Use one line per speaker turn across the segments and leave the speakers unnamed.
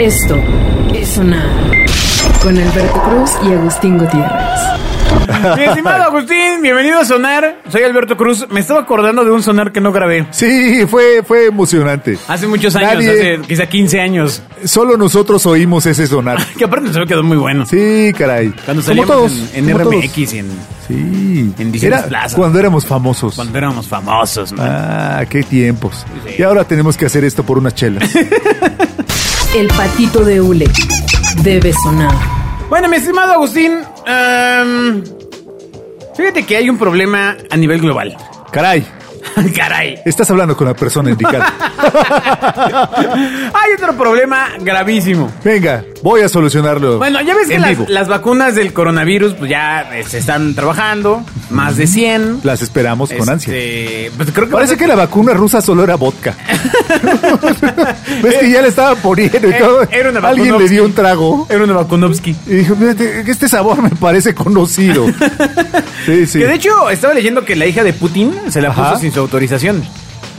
Esto es sonar con Alberto Cruz y Agustín Gutiérrez.
Mi estimado Agustín, bienvenido a Sonar. Soy Alberto Cruz. Me estaba acordando de un sonar que no grabé.
Sí, fue, fue emocionante.
Hace muchos años,
Nadie-
hace quizá 15 años.
Solo nosotros oímos ese sonar.
Que aparte se me quedó muy bueno.
Sí, caray.
Cuando
Como
salíamos
todos,
en, en
como todos.
RMX, en,
Sí.
en distintas
Era
plazas.
Cuando éramos famosos.
cuando éramos famosos, man.
Ah, qué tiempos.
Sí.
Y ahora tenemos que hacer esto por unas chelas.
El patito de hule debe sonar.
Bueno, mi estimado Agustín, em, fíjate que hay un problema a nivel global.
Caray,
Caray.
estás hablando con la persona indicada.
Hay otro problema gravísimo.
Venga, voy a solucionarlo.
Bueno, ya ves que
en
las,
vivo.
las vacunas del coronavirus pues ya eh, se están trabajando, más de 100.
Las esperamos con ansia.
Este, pues creo que
Parece que la vacuna rusa solo era vodka. ¿Ves que ya le estaba poniendo y
Eh,
todo?
era una
Alguien le
Vakunovsky.
dio un trago.
Era una Vakunovsky.
Y dijo, "Fíjate, este sabor me parece conocido. Sí, sí.
Que de hecho estaba leyendo que la hija de Putin se la puso
Ajá.
sin su autorización.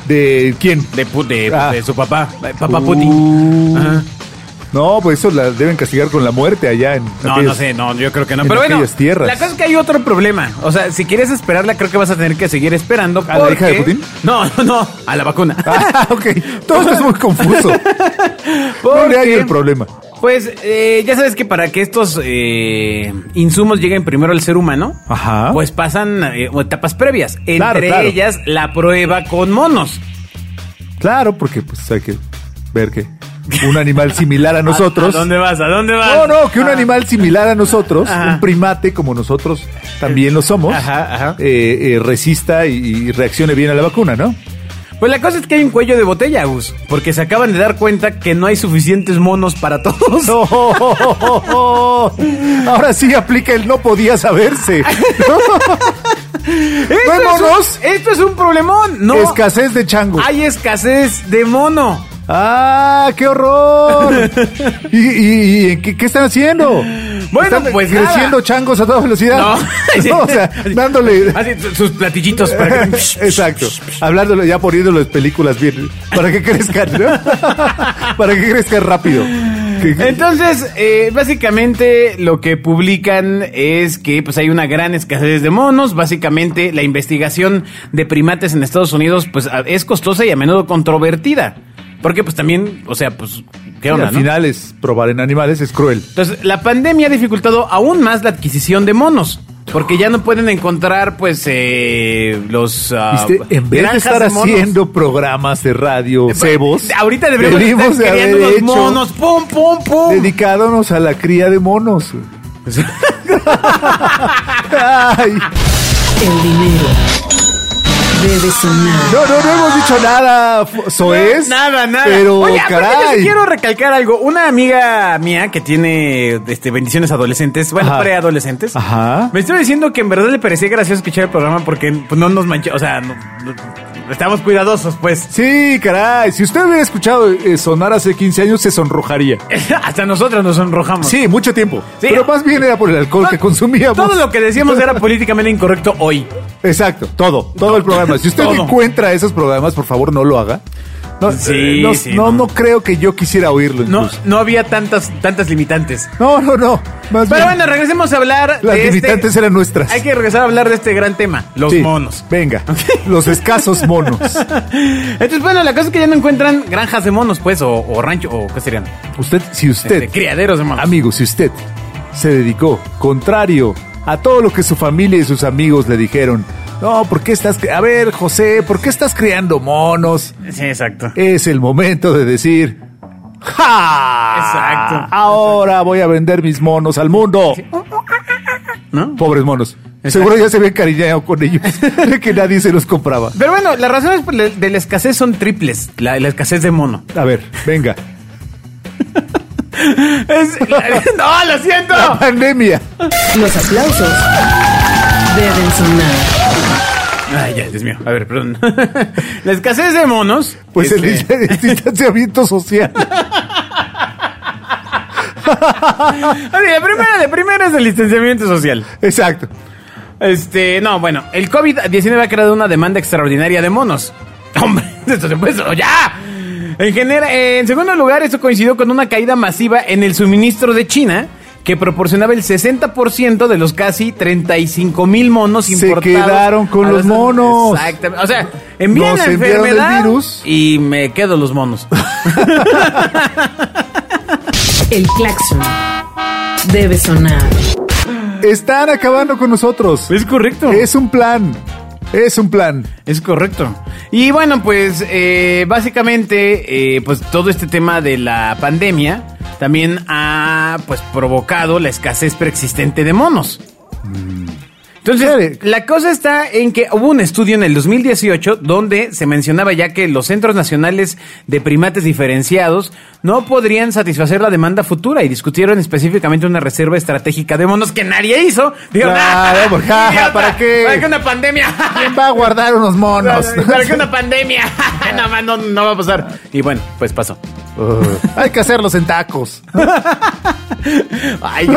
¿De quién?
De, Pu- de-
Ah.
de su papá. eh, Papá Putin.
Uh,
Ajá.
No, pues eso la deben castigar con la muerte allá en.
No,
aquellos-
no sé, no, yo creo que no.
en
Pero bueno,
aquellas tierras.
la cosa es que hay otro problema. O sea, si quieres esperarla, creo que vas a tener que seguir esperando.
¿A la hija de
porque-
Putin?
No, no, no, a la vacuna.
Ah, ok. Todo esto es muy confuso. ¿Dónde hay
Porque-
el problema?
Pues eh, ya sabes que para que estos eh, insumos lleguen primero al ser humano,
Ajá.
pues pasan eh, etapas previas. Entre
Claro, claro.
ellas, la prueba con monos.
Claro, porque pues hay que ver que un animal similar a nosotros.
¿A, a dónde vas? ¿A dónde vas?
No, no, que un
Ah.
animal similar a nosotros,
Ajá.
un primate como nosotros también lo somos,
Ajá, ajá.
eh, eh, resista y, y reaccione bien a la vacuna, ¿no?
Pues la cosa es que hay un cuello de botella, Gus, porque se acaban de dar cuenta que no hay suficientes monos para todos.
No. Ahora sí aplica el no podía saberse.
esto,
¡Vámonos!
Es un, esto es un problemón, ¿no?
Escasez de chango.
Hay escasez de mono.
¡Ah, qué horror! ¿Y, y- y qué, qué están haciendo?
Bueno,
¿Están
pues
creciendo
nada.
changos a toda velocidad. No, o sea, dándole.
Así, su- sus platillitos para que-
Exacto. Hablándolo, ya poniéndole películas bien. Para que crezcan, ¿no? para que crezcan rápido. Que- que-
Entonces, eh, básicamente lo que publican es que pues hay una gran escasez de monos. Básicamente la investigación de primates en Estados Unidos pues a- es costosa y a menudo controvertida. Porque pues también, o sea, pues, ¿qué onda?
al
no?
final es probar en animales, es cruel.
Entonces, la pandemia ha dificultado aún más la adquisición de monos. Porque ya no pueden encontrar, pues, eh, los. ah,
Viste, en vez de
granjas
estar
de monos. Pues,
haciendo programas de radio, cebos,
Ahorita deberíamos estar
de
queriendo
haber
unos
hecho-
monos. ¡Pum, pum, pum! Pues,
dedicándonos a la cría de monos. Ay,
El dinero debe sonar.
no, no, no hemos dicho nada, Soez.
Nada, nada.
Pero,
Oye, aparte, yo sí
caray.
quiero recalcar algo. Una amiga mía que tiene este, bendiciones adolescentes, bueno,
Ajá.
preadolescentes,
Ajá.
me estoy diciendo que en verdad le parecía gracioso escuchar el programa porque pues, no nos manchó, o sea, no- no- estábamos cuidadosos, pues.
Sí, caray. Si usted hubiera escuchado eh, sonar hace 15 años, se sonrojaría.
Hasta nosotros nos sonrojamos.
Sí, mucho tiempo.
Sí.
Pero más bien era por el alcohol que consumíamos.
Todo lo que decíamos era políticamente incorrecto hoy.
Exacto, todo, todo el programa. Si usted
Todo.
encuentra esos programas, por favor, no lo haga. No,
Sí,
eh, no,
sí,
no,
no.
no creo que yo quisiera oírlo
No,
incluso.
no había tantas, tantas limitantes.
No, no, no. Más
Pero
Pues bien,
bueno, regresemos a hablar
las
de este-
limitantes eran nuestras.
Hay que regresar a hablar de este gran tema, los
Sí,
monos.
Venga, los escasos monos.
Entonces, bueno, la cosa es que ya no encuentran granjas de monos, pues, o, o rancho, o qué serían.
Usted, si
Este,
usted,
criaderos de monos.
amigo, si usted se dedicó contrario a todo lo que su familia y sus amigos le dijeron, no, ¿por qué estás? cri- A ver, José, ¿por qué estás creando monos?
Sí, exacto.
Es el momento de decir, ¡Ja!
Exacto.
Ahora voy a vender mis monos al mundo.
¿No?
Pobres monos.
Exacto.
Seguro ya se había encariñado con ellos, de que nadie se los compraba.
Pero bueno, las razones por la- de la escasez son triples. La, la escasez de mono.
A ver, venga.
Es- la- ¡No, lo siento!
La pandemia.
Los aplausos deben sonar.
Ay, ya, Dios mío. A ver, perdón. la escasez de monos.
Pues el,
este,
el distanciamiento social.
a ver, la primera, la primera es el licenciamiento social.
Exacto.
Este, no, bueno, el COVID-19 ha creado una demanda extraordinaria de monos. Hombre, esto se puede, ya. En, genera- eh, en segundo lugar, esto coincidió con una caída masiva en el suministro de China, que proporcionaba el 60% de los casi 35 mil monos
Se
importados.
quedaron con
a
los monos.
Exactamente. O sea, envían
Nos
la
enviaron el
enfermedad
virus.
y me quedo los monos.
El claxon debe sonar.
Están acabando con nosotros.
es correcto.
Es un plan. Es un plan.
Es correcto. Y bueno, pues eh, básicamente, eh, pues todo este tema de la pandemia también ha pues provocado la escasez preexistente de monos.
Mm.
Entonces,
Fíjate.
la cosa está en que hubo un estudio en el 2018 donde se mencionaba ya que los centros nacionales de primates diferenciados no podrían satisfacer la demanda futura y discutieron específicamente una reserva estratégica de monos que nadie hizo. Dijeron,
Claro,
"Ah,
porque, ah,
idiota,
¿para qué?
¿Para qué una pandemia?
¿Quién va a guardar unos monos?
Ah. Para que una pandemia. Nada más no, no va a pasar. Y bueno, pues pasó.
Uh, hay que hacerlos en tacos.
Ay,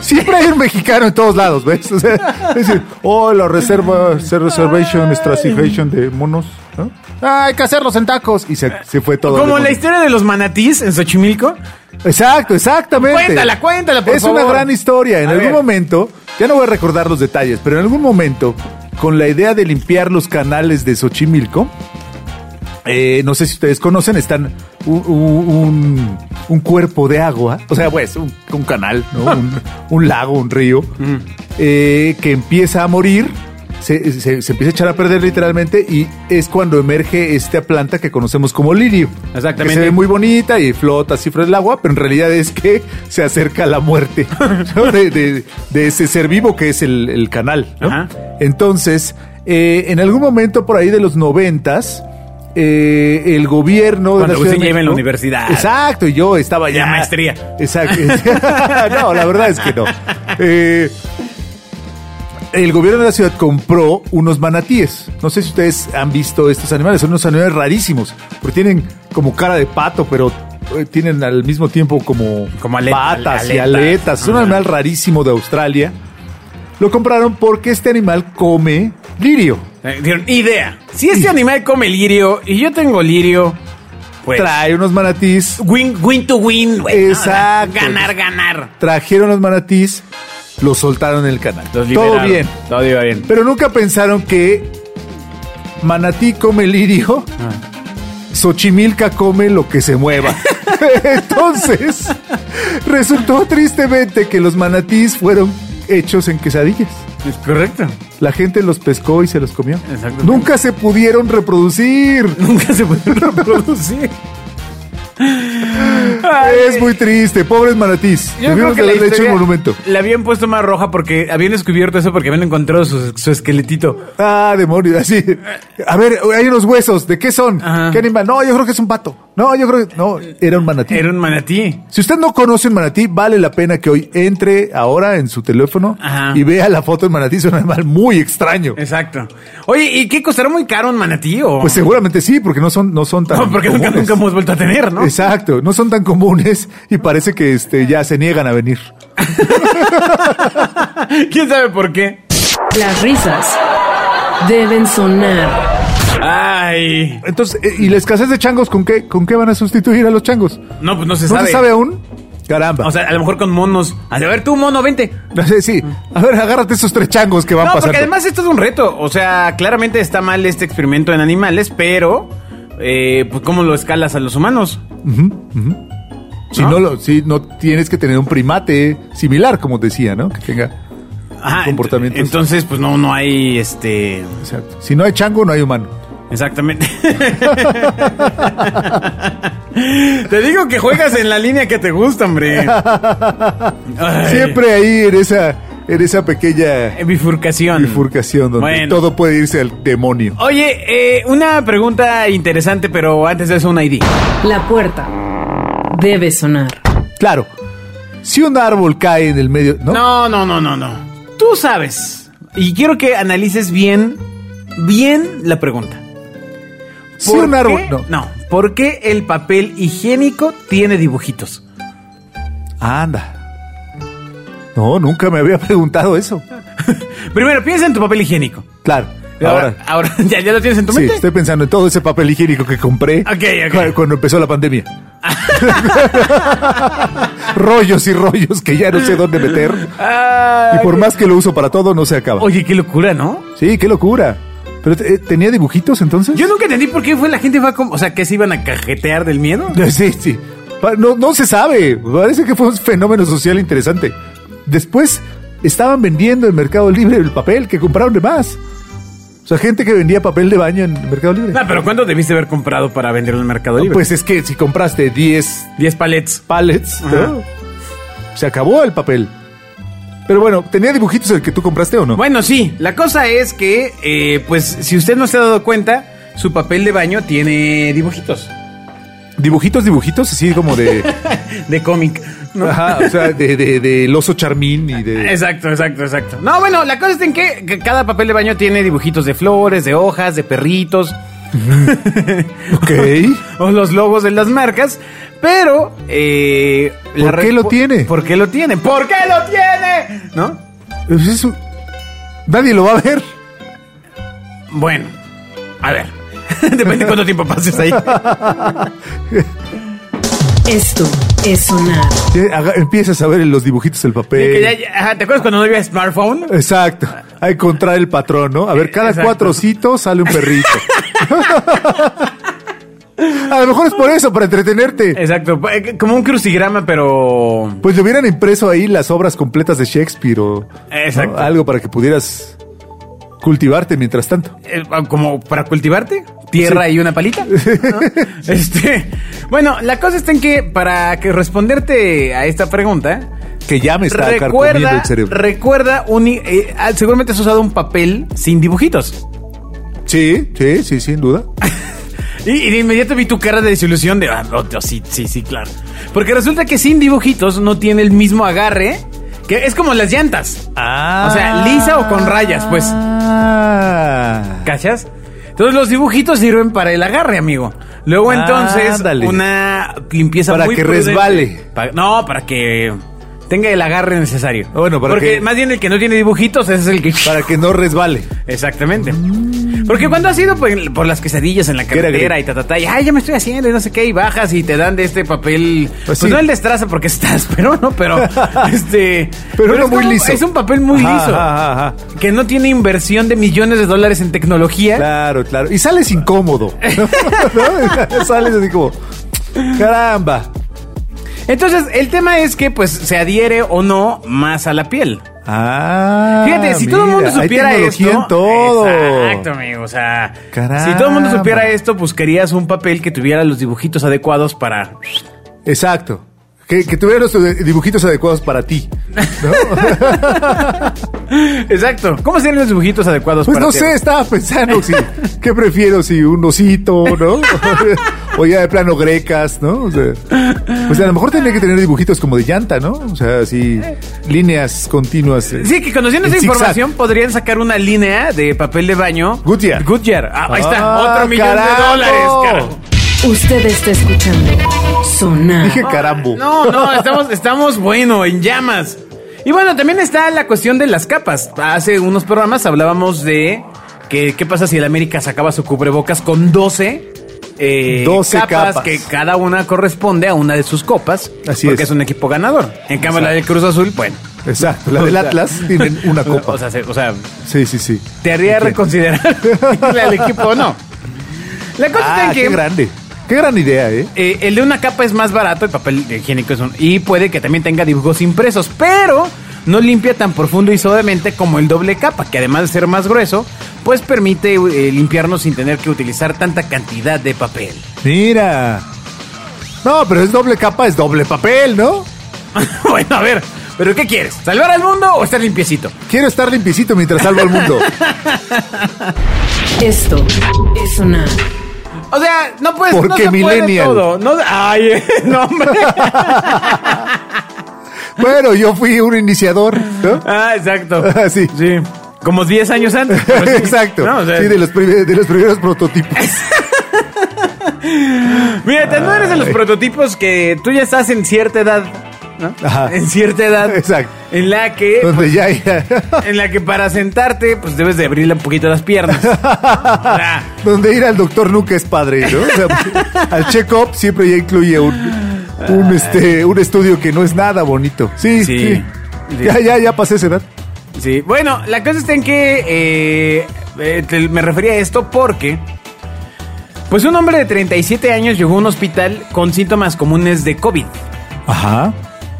Siempre hay un mexicano en todos lados, ¿ves? O sea, es decir, oh, la reserva, se- reservation, stratification de monos. ¿no? Ah, hay que hacerlos en tacos. Y se, se fue todo.
como
de
la
mono.
historia de los manatís en Xochimilco.
Exacto, exactamente.
Cuéntala, cuéntala, por
Es
favor.
una gran historia. En
A
algún
ver.
momento, ya no voy a recordar los detalles, pero en algún momento, con la idea de limpiar los canales de Xochimilco, eh, no sé si ustedes conocen, están un, un- un- un cuerpo de agua, o sea, pues un, un canal, ¿no? un, un lago, un río,
Mm.
eh, que empieza a morir, se, se- se empieza a echar a perder literalmente y es cuando emerge esta planta que conocemos como lirio.
Exactamente.
Que se ve muy bonita y flota así fuera del agua, pero en realidad es que se acerca la muerte ¿no? de, de- de ese ser vivo que es el, el canal. ¿no?
Ajá.
Entonces, eh, en algún momento por ahí de los noventas, eh, el gobierno de
Cuando
la Ciudad
usted
de
lleva en la
México-
universidad.
Exacto, y yo estaba ya.
La maestría.
Exacto. no, la verdad es que no. Eh, el gobierno de la ciudad compró unos manatíes. No sé si ustedes han visto estos animales. Son unos animales rarísimos. Porque tienen como cara de pato, pero eh, tienen al mismo tiempo como,
Como aleta-
patas y
aletas.
aletas. Es un
Ajá.
animal rarísimo de Australia. Lo compraron porque este animal come lirio.
Eh, Dijeron, idea. Si este animal come lirio y yo tengo lirio, pues.
Trae unos manatíes.
Win, win to win, güey. ¿no? O sea,
Exacto.
Ganar, ganar.
Trajeron los manatíes. Los soltaron en el canal.
Los
Todo
liberaron.
bien.
Todo iba bien.
Pero nunca pensaron que Manatí come lirio, Xochimilca come lo que se mueva. Entonces, resultó tristemente que los manatís fueron hechos en quesadillas.
Es correcto.
La gente los pescó y se los comió.
Exacto.
Nunca se pudieron reproducir.
Nunca se puede reproducir.
Es muy triste. Pobres manatís.
Yo creo
Debieron
que
de
la
haberle hecho
historia
un monumento.
La habían puesto más roja porque habían descubierto eso porque habían encontrado su, su esqueletito.
Ah, demonios, así. A ver, hay unos huesos. ¿De qué son?
Ajá.
¿Qué animal? No, yo creo que es un pato. No, yo creo que. No, era un manatí.
Era un manatí.
Si usted no conoce un manatí, vale la pena que hoy entre ahora en su teléfono
Ajá.
y vea la foto del manatí. Es un animal muy extraño.
Exacto. Oye, ¿y qué costará muy caro un manatí o?
Pues seguramente sí, porque no son, no son tan.
No, porque nunca,
comunes.
nunca hemos vuelto a tener, ¿no?
Exacto, no son tan comunes y parece que este, ya se niegan a venir.
¿Quién sabe por qué?
Las risas deben sonar.
Ay.
Entonces, eh, ¿y la escasez de changos con qué, con qué van a sustituir a los changos?
No, pues no se
¿No
sabe.
se sabe aún? Caramba.
O sea, a lo mejor con monos. A ver, tú, mono, vente.
No sé, sí. A ver, agárrate esos tres changos que van
No,
pasando.
porque además esto es un reto. O sea, claramente está mal este experimento en animales, pero. eh, pues, ¿cómo lo escalas a los humanos?
si
¿no?
no, lo, si no tienes que tener un primate similar, como decía, ¿no? Que tenga
Ajá, ent-
comportamientos.
Entonces, pues no, no hay este.
Exacto. Si no hay chango, no hay humano.
Exactamente. te digo que juegas en la línea que te gusta, hombre. Ay, Eh,
Siempre ahí en esa, en esa pequeña
Bifurcación.
bifurcación donde
Bueno.
todo puede irse al demonio.
Oye, eh, una pregunta interesante, pero antes de eso, un ID.
La puerta debe sonar.
Claro. Si un árbol cae en el medio, ¿no?
No, no, no, no, no. Tú sabes. Y quiero que analices bien, bien la pregunta.
si un árbol,
qué-
no.
no. ¿Por qué el papel higiénico tiene dibujitos?
Anda. No, nunca me había preguntado eso.
Primero, piensa en tu papel higiénico.
Claro.
Ahora,
Ahora.
ahora ¿ya, ya lo tienes en tu
Sí,
mente.
estoy pensando en todo ese papel higiénico que compré
Ok, ok.
cu- cuando empezó la pandemia. rollos y rollos que ya no sé dónde meter.
Ah,
Y por más que lo uso para todo, no se acaba.
Oye, qué locura, ¿no?
Sí, qué locura. ¿Pero eh, tenía dibujitos entonces?
Yo nunca entendí por qué fue la gente va como, o sea, que se iban a cajetear del miedo.
Sí, sí. Pa- No, no se sabe. Parece que fue un fenómeno social interesante. Después estaban vendiendo en Mercado Libre el papel que compraron de más. O sea, gente que vendía papel de baño en Mercado Libre.
No, Ah, pero ¿cuánto debiste haber comprado para venderlo en el Mercado Libre?
Pues es que si compraste 10
10 palets.
pallets, ¿no?
Ajá.
se acabó el papel. Pero bueno, ¿tenía dibujitos el que tú compraste o no?
Bueno, sí, la cosa es que, eh, pues, si usted no se ha dado cuenta, su papel de baño tiene dibujitos
Dibujitos, dibujitos, así como de...
de cómic. ¿no?
ajá, o sea, de, de- del oso charmín y de...
Exacto, exacto, exacto. No, bueno, la cosa está en que que cada papel de baño tiene dibujitos de flores, de hojas, de perritos.
Ok.
o los logos de las marcas, pero... eh,
¿Por
la re-
qué lo
por-
tiene?
¿Por qué lo tiene? ¿Por qué lo tiene? ¿No?
Pues eso- Nadie lo va a ver.
Bueno, a ver. Depende de cuánto tiempo pases ahí.
Esto es sonar.
Eh, haga- Empiezas a ver en los dibujitos el papel.
Que ya- ya- ajá, ¿Te acuerdas cuando no había smartphone?
Exacto. A encontrar el patrón, ¿no? A ver, cada
Exacto.
cuatro ositos sale un perrito. a lo mejor es por eso, para entretenerte.
Exacto, eh, como un crucigrama, pero...
Pues le hubieran impreso ahí las obras completas de Shakespeare o ¿no?
Exacto.
algo para que pudieras cultivarte mientras tanto.
eh, como para cultivarte, tierra y una palita. ¿no? Este, bueno, la cosa está en que para que responderte a esta pregunta,
Que ya me está carcomiendo
recuerda,
el cerebro.
recuerda un, eh, ah, seguramente has usado un papel sin dibujitos.
Sí, sí, sí, sin duda.
Y, y de inmediato vi tu cara de desilusión de, ah, no, no, sí, sí, sí, claro. Porque resulta que sin dibujitos no tiene el mismo agarre, que es como las llantas. Ah. O sea, lisa o con rayas, pues.
Ah.
¿Cachas? Entonces los dibujitos sirven para el agarre, amigo. Luego entonces
Ah, Ándale.
una limpieza
Para
muy
que
prudente.
resbale.
Pa- no, para que tenga el agarre necesario.
Ah, Bueno, para
Porque
que-
más bien el que no tiene dibujitos ese es el que
Para que no resbale.
Exactamente. Porque cuando has ido pues, por, por las quesadillas en la
Que era
carretera
gris.
y ta, ta, ta, y ay, ya me estoy haciendo y no sé qué, y bajas y te dan de este papel, pues,
Pues sí.
no el de estraza porque estás, pero no, pero este...
Pero uno
es
muy
como-
liso.
Es un papel muy
Ajá,
liso.
ajá, ajá.
Que no tiene inversión de millones de dólares en tecnología.
Claro, claro. Y sales incómodo. ¿no? sales así como, caramba.
Entonces, el tema es que pues se adhiere o no más a la piel.
Ah,
Fíjate, si todo el
mira,
mundo
hay
supiera
tecnología
esto.
en todo.
Exacto, amigo. O sea,
Caramba.
si todo el mundo supiera esto, buscarías un papel que tuviera los dibujitos adecuados para.
Exacto. Que, que tuvieran los eh, dibujitos adecuados para ti.
Exacto. ¿Cómo serían los dibujitos adecuados
Pues
para
no
ti?
sé, estaba pensando si qué prefiero, si un osito, ¿no? o ya de plano grecas, ¿no? O sea, pues a lo mejor tendría que tener dibujitos como de llanta, ¿no? O sea, así líneas continuas. eh.
Sí, que conociendo
En
esa
zigzag.
información podrían sacar una línea de papel de baño.
Goodyear.
Goodyear. Ah, ahí está.
Ah,
Otro millón de
caramba.
dólares, carajo.
Usted está escuchando sonar.
Dije carambo.
No, no, estamos, estamos, bueno, en llamas. Y bueno, también está la cuestión de las capas. Hace unos programas hablábamos de que qué pasa si el América sacaba su cubrebocas con 12, eh,
12
capas,
capas.
que cada una corresponde a una de sus copas.
Así
porque
es.
es un equipo ganador. En cambio, la
Exacto.
del Cruz Azul, bueno.
Exacto, la del Atlas tienen una copa.
O sea, se- o sea,
sí, sí, sí.
te haría reconsiderar el equipo o no. La cosa
Ah,
es que em-
qué grande. Qué gran idea, ¿eh?
Eh, el de una capa es más barato, el papel higiénico es un... Y puede que también tenga dibujos impresos, pero no limpia tan profundo y suavemente como el doble capa, que además de ser más grueso, pues permite eh, limpiarnos sin tener que utilizar tanta cantidad de papel.
Mira. No, pero es doble capa, es doble papel, ¿no?
bueno, a ver, ¿pero qué quieres? ¿Salvar al mundo o estar limpiecito?
Quiero estar limpiecito mientras salvo al mundo.
Esto es sonar.
O sea, no puedes... no
Porque
se puede
millennial.
todo, no- ay, eh, no, hombre.
bueno, yo fui un iniciador, ¿no?
ah, exacto.
Sí.
Sí. Como 10 años antes. pero sí.
Exacto.
No, o sea,
sí, de los, prime- de los primeros prototipos.
Mira, te- no eres de los
Ay.
prototipos que tú ya estás en cierta edad ¿no?
Ajá.
En cierta edad.
Exacto.
En la que.
Donde ya hay-
En la que para sentarte, pues debes de abrirle un poquito las piernas. Ah, ¿no? O sea,
Donde ir al doctor nunca es padre, ¿no? O sea, al check-up siempre ya incluye un, un, este, un estudio que no es nada bonito. Sí,
Sí.
sí.
Sí.
Ya, ya, ya pasé esa edad.
Sí, bueno, la cosa está en que eh, eh, te- me refería a esto porque... Pues un hombre de 37 años llegó a un hospital con síntomas comunes de COVID,
Ajá.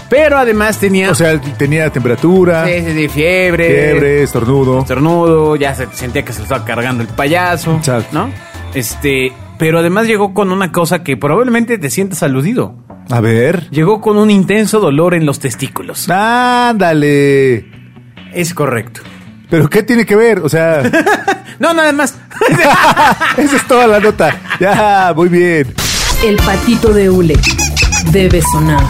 pero además tenía
O sea, tenía temperatura,
sí, sí, sí, fiebre,
fiebre, estornudo.
estornudo, ya se sentía que se lo estaba cargando el payaso,
Exacto.
¿no? Este, pero además llegó con una cosa que probablemente te sientas aludido.
A ver.
Llegó con un intenso dolor en los testículos.
Ándale.
Es correcto.
¿Pero qué tiene que ver? O sea,
No, nada más.
esa es toda la nota. Ya, muy bien.
El patito de hule debe sonar.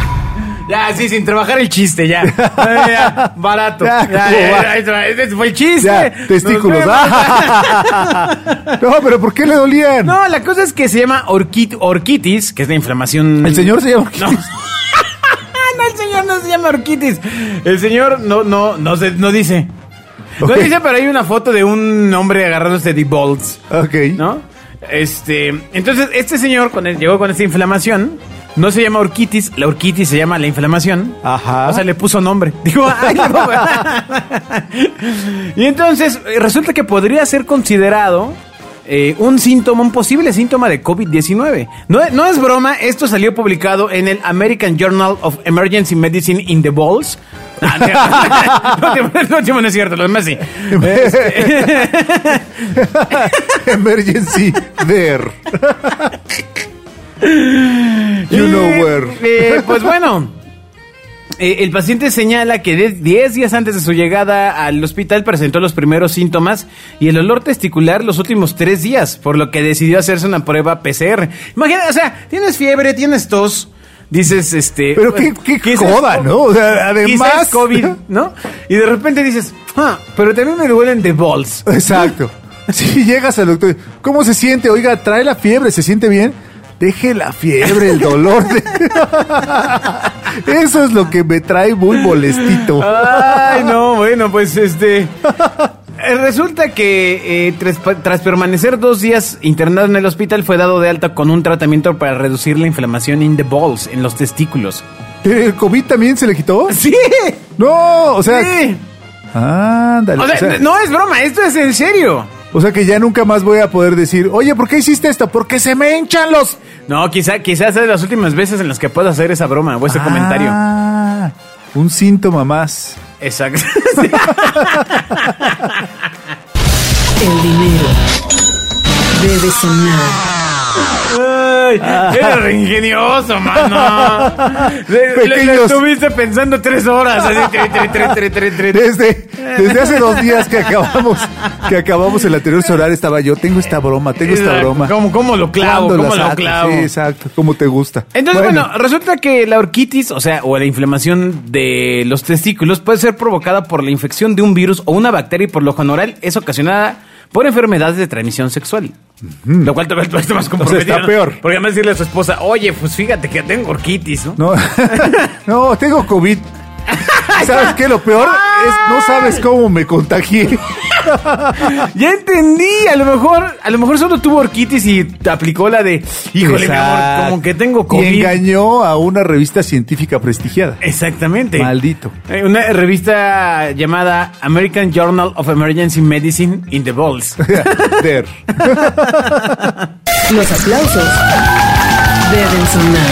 Ya, sí, sin trabajar el chiste, ya. Ya, ya, barato.
Ya,
Ya,
¿cómo
ya,
va?
ya, eso, ese fue el chiste.
Ya,
Nos
testículos. ah.
vemos.
no, pero ¿por qué le dolían?
No, la cosa es que se llama orquit- orquitis, que es la inflamación.
El señor se llama.
No. no, el señor no se llama orquitis. El señor no, no, no, se, no dice.
Ok.
No dice, pero hay una foto de un hombre agarrándose de balls,
Ok.
¿no? Este, entonces, este señor con el- llegó con esta inflamación. No se llama orquitis, la orquitis se llama la inflamación.
Ajá.
O sea, le puso nombre. Digo, "Ay, no". y entonces eh, resulta que podría ser considerado eh, un síntoma, un posible síntoma de COVID-19. No, es- no es broma, esto salió publicado en el American Journal of Emergency Medicine in the Balls. No, no, no, no, no, no es cierto, lo demás sí.
Em- Emergency there. you know
Eh,
where.
eh, pues bueno. eh, el paciente señala que de- 10 días antes de su llegada al hospital presentó los primeros síntomas y el olor testicular los últimos 3 días, por lo que decidió hacerse una prueba PCR. Imagínate, o sea, tienes fiebre, tienes tos, dices este...
Pero qué- qué joda,
es-
¿no? O sea,
quizá es
además-
COVID, ¿no? Y de repente dices, ah, pero también me duelen de balls.
Exacto. Si llegas al doctor, ¿cómo se siente? Oiga, trae la fiebre, ¿se siente bien? Deje la fiebre, el dolor. de- Eso es lo que me trae muy molestito.
Ay, no, bueno, pues este. eh, Resulta que eh, tras, tras permanecer dos días internado en el hospital fue dado de alta con un tratamiento para reducir la inflamación in the balls, en los testículos.
¿El COVID también se le quitó?
¡Sí!
No, o sea.
sí.
Ándale.
O sea, no es broma, esto es en serio.
o sea que ya nunca más voy a poder decir, oye, ¿por qué hiciste esto? Porque se me hinchan los.
No, quizá, quizás es de las últimas veces en las que puedo hacer esa broma o ese comentario.
Ah, Un síntoma más.
Exacto.
El dinero debe sonar.
Ay, eres re ingenioso, mano. Le- le- le
Pequeños.
estuviste pensando tres horas. Así, tre- tre- tre- tre- tre- tre-
Desde, desde hace dos días que acabamos, que acabamos el anterior solar estaba yo, tengo esta broma, tengo esta
Exacto.
broma.
¿Cómo- cómo lo clavo?
¿Cuándo la
¿Cómo lo
saco?
clavo?
Sí, exacto, como te gusta.
Entonces, bueno. resulta que la orquitis, o sea, o la inflamación de los testículos, puede ser provocada por la infección de un virus o una bacteria y por lo general es ocasionada por enfermedades de transmisión sexual. Lo cual todavía todavía está más comprometido.
está
¿no?
peor.
Porque además decirle a su esposa, oye, pues fíjate que tengo orquitis, ¿no?
No, no, tengo COVID. ¿Sabes qué? Lo peor es no sabes cómo me contagié.
Ya entendí, a lo mejor, a lo mejor solo tuvo orquitis y te aplicó la de, híjole, mi amor,
Exacto.
como que tengo
Y
COVID.
engañó a una revista científica prestigiada.
Exactamente.
Maldito.
Eh, Una revista llamada American Journal of Emergency Medicine in the Balls.
There.
Los aplausos deben sonar.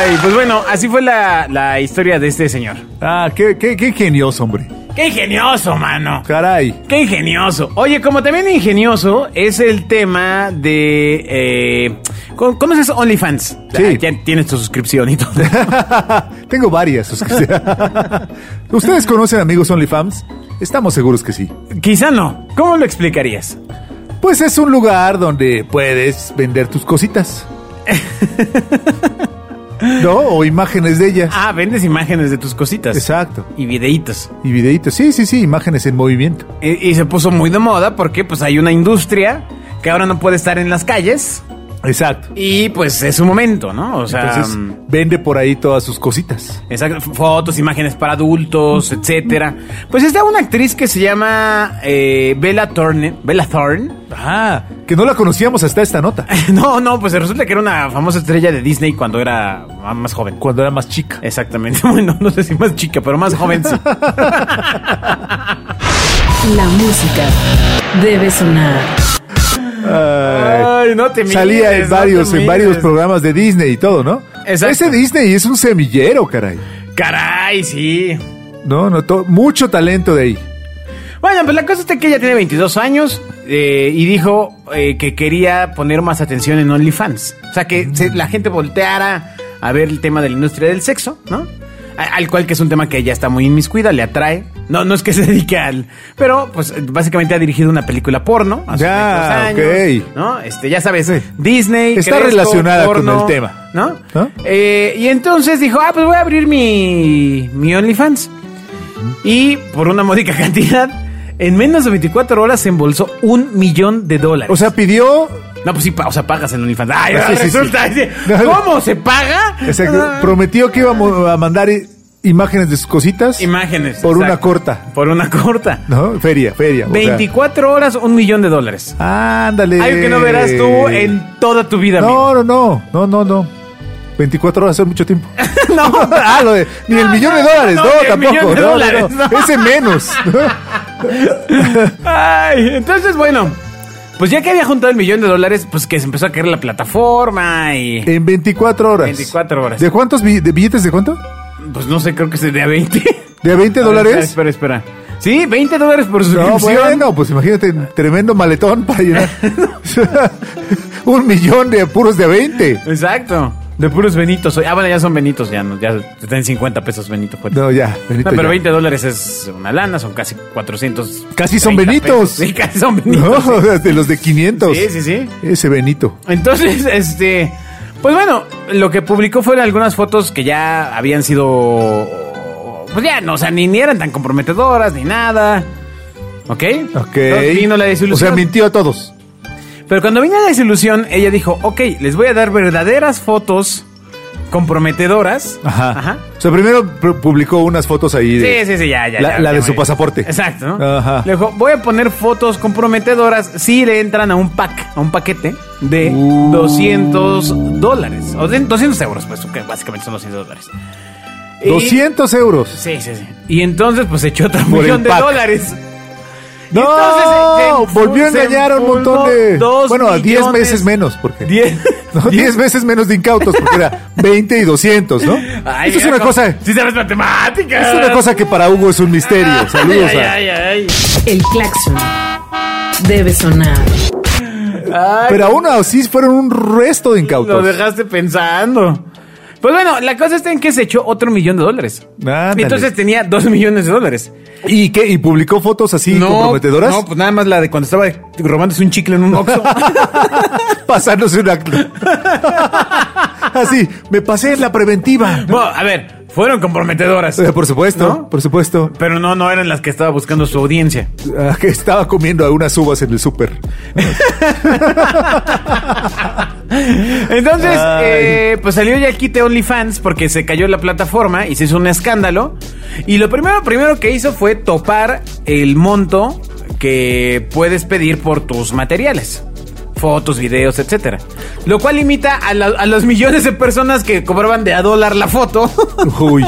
Ay, pues bueno, así fue la, la historia de este señor.
Ah, qué, qué, qué ingenioso, hombre.
¡Qué ingenioso, mano!
Caray.
¡Qué ingenioso! Oye, como también ingenioso es el tema de... Eh, ¿cómo- ¿Cómo es eso? OnlyFans.
Sí.
Ah, Ya tienes tu suscripción y todo.
Tengo varias suscripciones. ¿Ustedes conocen amigos OnlyFans? Estamos seguros que sí.
Quizá no. ¿Cómo lo explicarías?
Pues es un lugar donde puedes vender tus cositas. ¿No? O imágenes de ellas.
Ah, vendes imágenes de tus cositas.
Exacto.
Y videitos.
Y videitos. Sí, sí, sí, imágenes en movimiento.
Y, y se puso muy de moda porque pues hay una industria que ahora no puede estar en las calles.
Exacto.
Y pues es su momento, ¿no? O sea,
Entonces,
mm,
vende por ahí todas sus cositas.
exacto, f- fotos, imágenes para adultos, etcétera. Pues está una actriz que se llama eh, Bella Thorne. Bella Thorne.
Ah, que no la conocíamos hasta esta nota,
No, no, pues resulta que era una famosa estrella de Disney cuando era más joven.
cuando era más chica.
Exactamente. Bueno, no sé si más chica, pero más joven sí.
La música debe sonar.
Ay, no te
Salía
mires,
en
no
varios,
te
en varios
mires.
programas de Disney y todo, ¿no?
Exacto.
Ese Disney es un semillero, caray.
Caray, sí.
No, no, to- mucho talento de ahí.
Bueno, pues la cosa es que ella tiene 22 años eh, y dijo eh, que quería poner más atención en OnlyFans. O sea, que se- la gente volteara a ver el tema de la industria del sexo, ¿no? A- Al cual que es un tema que ella está muy inmiscuida, le atrae. No, no es que se dedique al... Pero, pues, eh, básicamente ha dirigido una película porno. A sus
Ya,
22
ok.
¿No? Este, ya sabes,
Sí.
Disney...
Está relacionada con el tema.
¿No?
¿No?
Eh, y entonces dijo, ah, pues voy a abrir mi, mi OnlyFans. Y por una módica cantidad, en menos de 24 horas se embolsó un millón de dólares.
O sea, pidió.
no, pues sí, pa- o sea, pagas en OnlyFans. Ay,
Sí,
ahora
sí, sí.
resulta, ¿cómo se paga?
exacto,
Ah,
prometió que íbamos a mandar i- imágenes de sus cositas.
Imágenes.
Por una
exacto.
corta.
Por una corta.
¿No? Feria, feria. o sea.
24 horas, un millón de dólares.
Ándale.
Algo que no verás tú en toda tu vida, amigo.
No, no, no, no, no, no. 24 horas es mucho tiempo.
No.
ah, lo de, ni el
No,
millón de
no,
dólares,
no,
no,
ni el millón de
tampoco. no, no,
dólares,
no,
no.
Ese menos.
Ay, entonces, bueno, pues ya que había juntado el millón de dólares, pues que se empezó a caer la plataforma y...
en 24 horas.
24 horas.
¿De cuántos bi- de billetes de cuánto?
Pues no sé, creo que se de a 20.
¿De a 20
A ver,
dólares?
Espera, espera. espera. Sí, 20 dólares por
No,
suscripción.
bueno, pues imagínate, tremendo maletón para llenar. Un millón de puros de 20.
Exacto. De puros benitos. Ah, bueno, ya son benitos, ya no, ya están en 50 pesos Benito. Juárez.
No, ya, Benito,
No, pero
ya.
20 dólares es una lana, son casi 400.
Casi son
30
benitos.
pesos. Sí, casi son
No,
benitos.
de los de 500.
Sí, sí, sí.
Ese Benito.
Entonces, este. Pues bueno, lo que publicó fueron algunas fotos que ya habían sido. Pues ya, no, o sea, ni, ni eran tan comprometedoras ni nada. ¿Ok?
Ok.
Entonces vino la
o
desilusión.
sea, mintió a todos.
Pero cuando vino la desilusión, ella dijo: Ok, les voy a dar verdaderas fotos comprometedoras.
O sea, primero pu- publicó unas fotos ahí. de-
Sí, sí, sí, ya, ya.
La-
ya,
la
ya,
de
muy
su
bien.
pasaporte.
Exacto, ¿no?
Ajá.
Le dijo, voy a poner fotos comprometedoras si le entran a un pack, a un paquete de
Uh.
200 dólares. O de 200 euros, pues, que básicamente son 200 dólares. Y-
200 euros.
Sí, sí, sí. Y entonces, pues, echó otro
el
millón de
pack.
dólares. Y
No,
entonces, se- se-
volvió a
se
engañar a un montón de...
dos
Bueno, a 10
millones-
veces menos, porque...
10.
No, 10 veces menos de incautos, porque era 20 y 200, ¿no?
Ay,
Esto es
mira
una
cómo-
cosa...
Sí sabes matemáticas.
Es una cosa que para Hugo es un misterio. Saludos
Ay,
a...
ay, ay, ay.
El claxon debe sonar.
Ay,
Pero aún así fueron un resto de
Lo
incautos.
dejaste pensando. Pues bueno, la cosa está en que se echó otro millón de dólares.
Ándale.
Entonces tenía dos millones de dólares.
¿Y qué? ¿Y publicó fotos así comprometedoras?
No, pues nada más la de cuando estaba robándose un chicle en un oxo.
Pasándose un acto. así, me pasé en la preventiva.
bueno, a ver, fueron comprometedoras.
Eh, Por supuesto,
¿No?
por supuesto.
Pero no, no eran las que estaba buscando su audiencia.
Ah, que estaba comiendo algunas uvas en el súper.
Entonces,
Ay.
eh, pues salió ya el kit de OnlyFans porque se cayó la plataforma y se hizo un escándalo. Y lo primero, primero que hizo fue topar el monto que puedes pedir por tus materiales. Fotos, videos, etcétera. Lo cual limita a, la- a los millones de personas que cobraban de a dólar la foto.
Uy,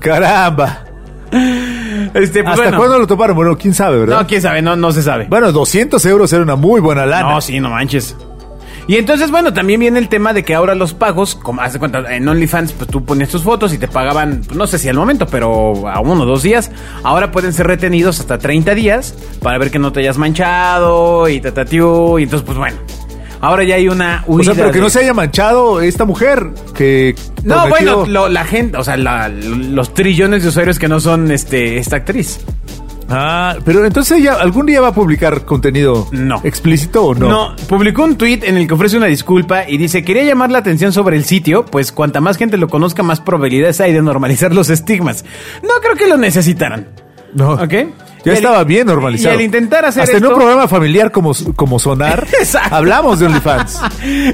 caramba.
este, pues,
¿Hasta
bueno.
cuándo lo toparon? Bueno, quién sabe, ¿verdad?
No, quién sabe, no, no se sabe.
Bueno, 200 euros era una muy buena lana.
No, sí, no manches. Y entonces, bueno, también viene el tema de que ahora los pagos, como hace cuenta, en OnlyFans, pues tú ponías tus fotos y te pagaban, pues, no sé si al momento, pero a uno o dos días. Ahora pueden ser retenidos hasta 30 días para ver que no te hayas manchado y tatatiu. Y entonces, pues bueno, ahora ya hay una
o
huida.
sea, pero que
de-
no se haya manchado esta mujer que
No,
prometió-
bueno, lo- la gente, o sea, la- los trillones de usuarios que no son este, esta actriz.
Ah, pero entonces ella algún día va a publicar contenido
No.
explícito o no.
No, publicó un tweet en el que ofrece una disculpa y dice, quería llamar la atención sobre el sitio, pues cuanta más gente lo conozca, más probabilidades hay de normalizar los estigmas. No creo que lo necesitaran.
No.
¿Ok?
Ya
Y al-
estaba bien normalizado.
y al intentar hacer
Hasta en
esto-
un programa familiar como, como Sonar,
Exacto.
hablamos de OnlyFans.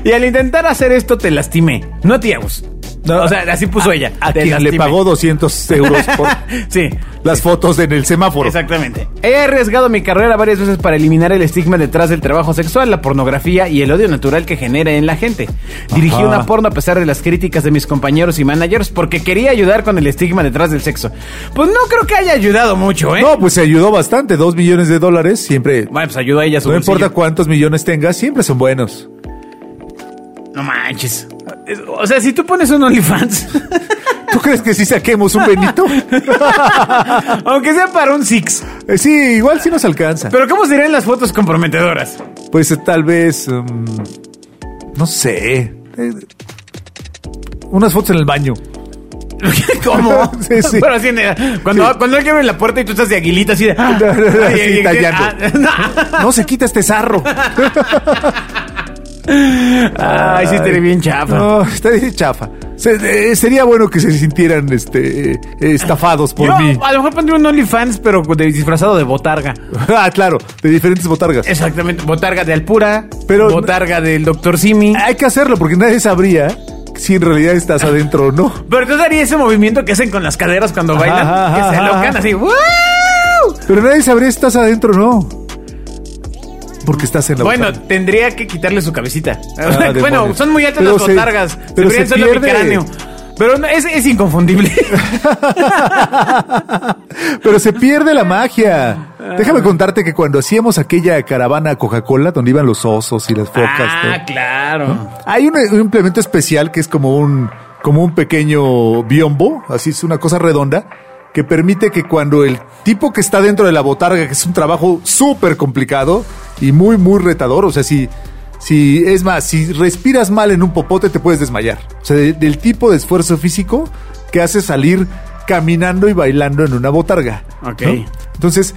Y al intentar hacer esto te lastimé, no a ti, Agus. o sea, así puso ella.
A
te
quien le
lastimé.
pagó 200 euros por
Sí.
las fotos en el semáforo.
Exactamente. He arriesgado mi carrera varias veces para eliminar el estigma detrás del trabajo sexual, la pornografía y el odio natural que genera en la gente. Dirigí
Ajá.
una porno a pesar de las críticas de mis compañeros y managers porque quería ayudar con el estigma detrás del sexo. Pues no creo que haya ayudado mucho, ¿eh?
No, pues se ayudó bastante. Dos millones de dólares siempre.
Bueno, pues ayudó a ella a su
No
bolsillo.
importa cuántos millones tengas, siempre son buenos.
No manches. Es- O sea, si tú pones un OnlyFans,
¿Tú crees que sí saquemos un Benito?
aunque sea para un Six,
Eh, sí, igual sí nos alcanza.
pero ¿cómo serían las fotos comprometedoras?
Pues eh, tal vez. mm, no sé. Eh, unas fotos en el baño.
¿Cómo?
Sí, sí.
Pero así, en el- cuando,
Sí.
cuando alguien abre la puerta y tú estás de aguilita así de...
Así,
Ay, ay,
tallando.
ah,
No se quita este zarro.
Ay, sí, estaría bien chafa.
No, está bien chafa. Se- eh, sería bueno que se sintieran este, eh, estafados por
Yo
mí.
a lo mejor pondría un OnlyFans, pero de- disfrazado de botarga.
ah, claro, de diferentes botargas.
Eh, Exactamente, botarga de Alpura,
Pero-
botarga del Doctor Simi.
Hay que hacerlo porque nadie sabría si en realidad estás adentro o no.
Pero entonces haría ese movimiento que hacen con las caderas cuando bailan,
Ajá,
que se
ajá,
alocan
ajá.
así. ¡wow!
Pero nadie sabría si estás adentro o no. Porque estás en la
Bueno,
botarga.
tendría que quitarle su cabecita.
Ah,
bueno,
demonios.
son muy altas
Pero
las
se-
botargas. Se,
pero
verían
se
solo mi
pierde.
cráneo. Pero no, es, es inconfundible.
Pero se pierde la magia.
Ah.
Déjame contarte que cuando hacíamos aquella caravana Coca-Cola donde iban los osos y las focas,
ah,
¿no?
claro.
hay un, un implemento especial que es como un, como un pequeño biombo, así es una cosa redonda, que permite que cuando el tipo que está dentro de la botarga, que es un trabajo súper complicado y muy, muy retador, o sea, si, si, es más, si respiras mal en un popote te puedes desmayar. O sea, de- del tipo de esfuerzo físico que hace salir caminando y bailando en una botarga.
Ok.
Entonces,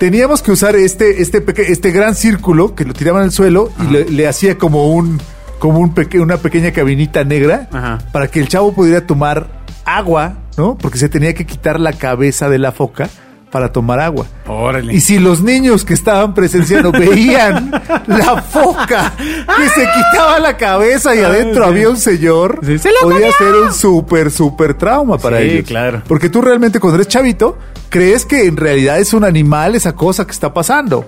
teníamos que usar este, este, peque- este gran círculo que lo tiraban al suelo y le, le hacía como un como un peque- una pequeña cabinita negra
Ajá.
para que el chavo pudiera tomar agua, ¿no? Porque se tenía que quitar la cabeza de la foca para tomar agua.
Órale.
Y si los niños que estaban presenciando veían la foca que se quitaba la cabeza y adentro
Ah. sí.
había un señor,
Sí, ¡se lo
podía
comió!
ser un súper, súper trauma para
Sí,
ellos.
claro.
Porque tú realmente cuando eres chavito, crees que en realidad es un animal esa cosa que está pasando,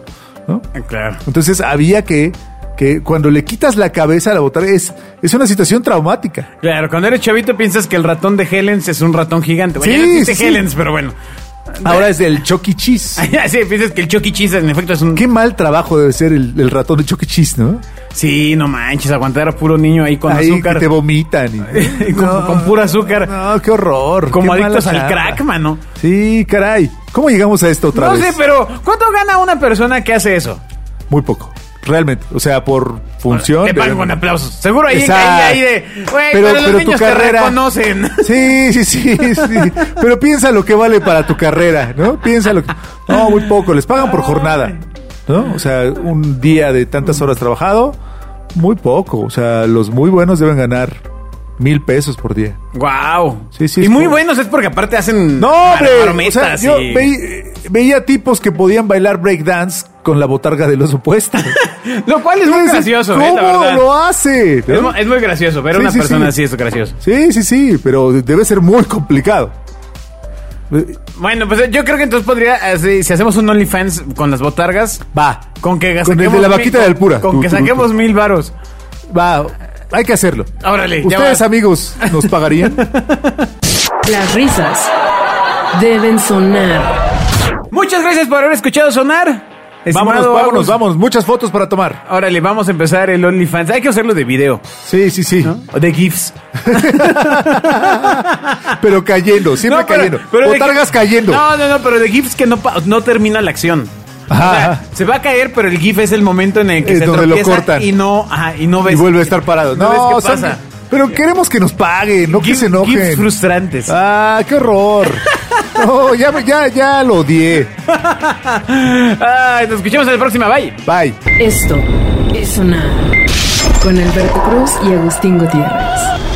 ¿no?
Claro.
Entonces había que, que cuando le quitas la cabeza a la botarga, es, es una situación traumática.
Claro, cuando eres chavito piensas que el ratón de Helens es un ratón gigante. Bueno,
Sí,
ya no existe
sí, sí.
Helens, pero bueno.
Ahora es del Chucky Cheese.
sí, piensas que el Chucky Cheese en efecto es un...
Qué mal trabajo debe ser el, el ratón de Chucky Cheese, ¿no?
Sí, no manches, aguantar a puro niño ahí con
Ahí
azúcar.
que te vomitan. y-
con,
No,
con puro azúcar.
No, qué horror.
Como
qué
adictos
mala
al
chamba.
crack, mano.
Sí, caray. ¿Cómo llegamos a esto otra
no
vez?
sé, pero ¿cuánto gana una persona que hace eso?
Muy poco. Realmente. O sea, por función.
Te pagan
de-
con aplausos. Seguro ahí,
Exacto.
ahí, ahí de. Güey, pero, los niños te reconocen.
Sí, sí, sí, sí. Pero piensa lo que vale para tu carrera, ¿no? Piensa lo que. No, muy poco. Les pagan por jornada, ¿no? O sea, un día de tantas horas trabajado, muy poco. O sea, los muy buenos deben ganar mil pesos por día.
Wow.
Sí, sí,
y
es
muy
como-
buenos es porque aparte hacen.
No, hombre. O
marometas
sea, yo
y-
veí- veía tipos que podían bailar breakdance con la botarga de los opuestos.
Lo cual es muy gracioso,
¿Cómo
eh, la verdad.
lo hace?
Es, mu- es muy gracioso, ver a
Sí,
una
sí,
persona
sí.
así es gracioso.
Sí, sí, sí, pero debe ser muy complicado.
Bueno, pues eh, yo creo que entonces podría, eh, si, si hacemos un OnlyFans con las botargas,
Va.
con que
Con el
saquemos
de la
mil-
vaquita de Alpura.
Con
Tú,
que
tú, tú.
saquemos mil varos.
Va, hay que hacerlo.
Órale, ya
Ustedes,
va.
amigos, nos pagarían.
Las risas deben sonar.
Muchas gracias por haber escuchado sonar.
vámonos,
Estimado
vámonos,
Agus.
vámonos. Muchas fotos para tomar.
Órale, vamos a empezar el OnlyFans. Hay que hacerlo de video.
Sí, sí, sí.
O de GIFs.
Pero cayendo, siempre
pero-
cayendo.
pero de
Botargas
que-
cayendo.
No, no, no, pero de GIFs que no, pa- no termina la acción.
Ajá,
O sea,
ajá.
se va a caer, pero el GIF es el momento en el que
Es
se
donde lo
tropieza
cortan.
y no, ajá, y no
y
ves.
vuelve a estar parado.
pues, No, ves qué
son-
pasa.
Pero queremos que nos paguen, no que
GIF-
se
GIFs
enojen.
frustrantes.
Ah, qué horror. No, ya, me- ya, ya lo odié.
Ay, nos escuchamos en la próxima. Bye.
Bye.
Esto es sonar. Con Alberto Cruz y Agustín Gutiérrez.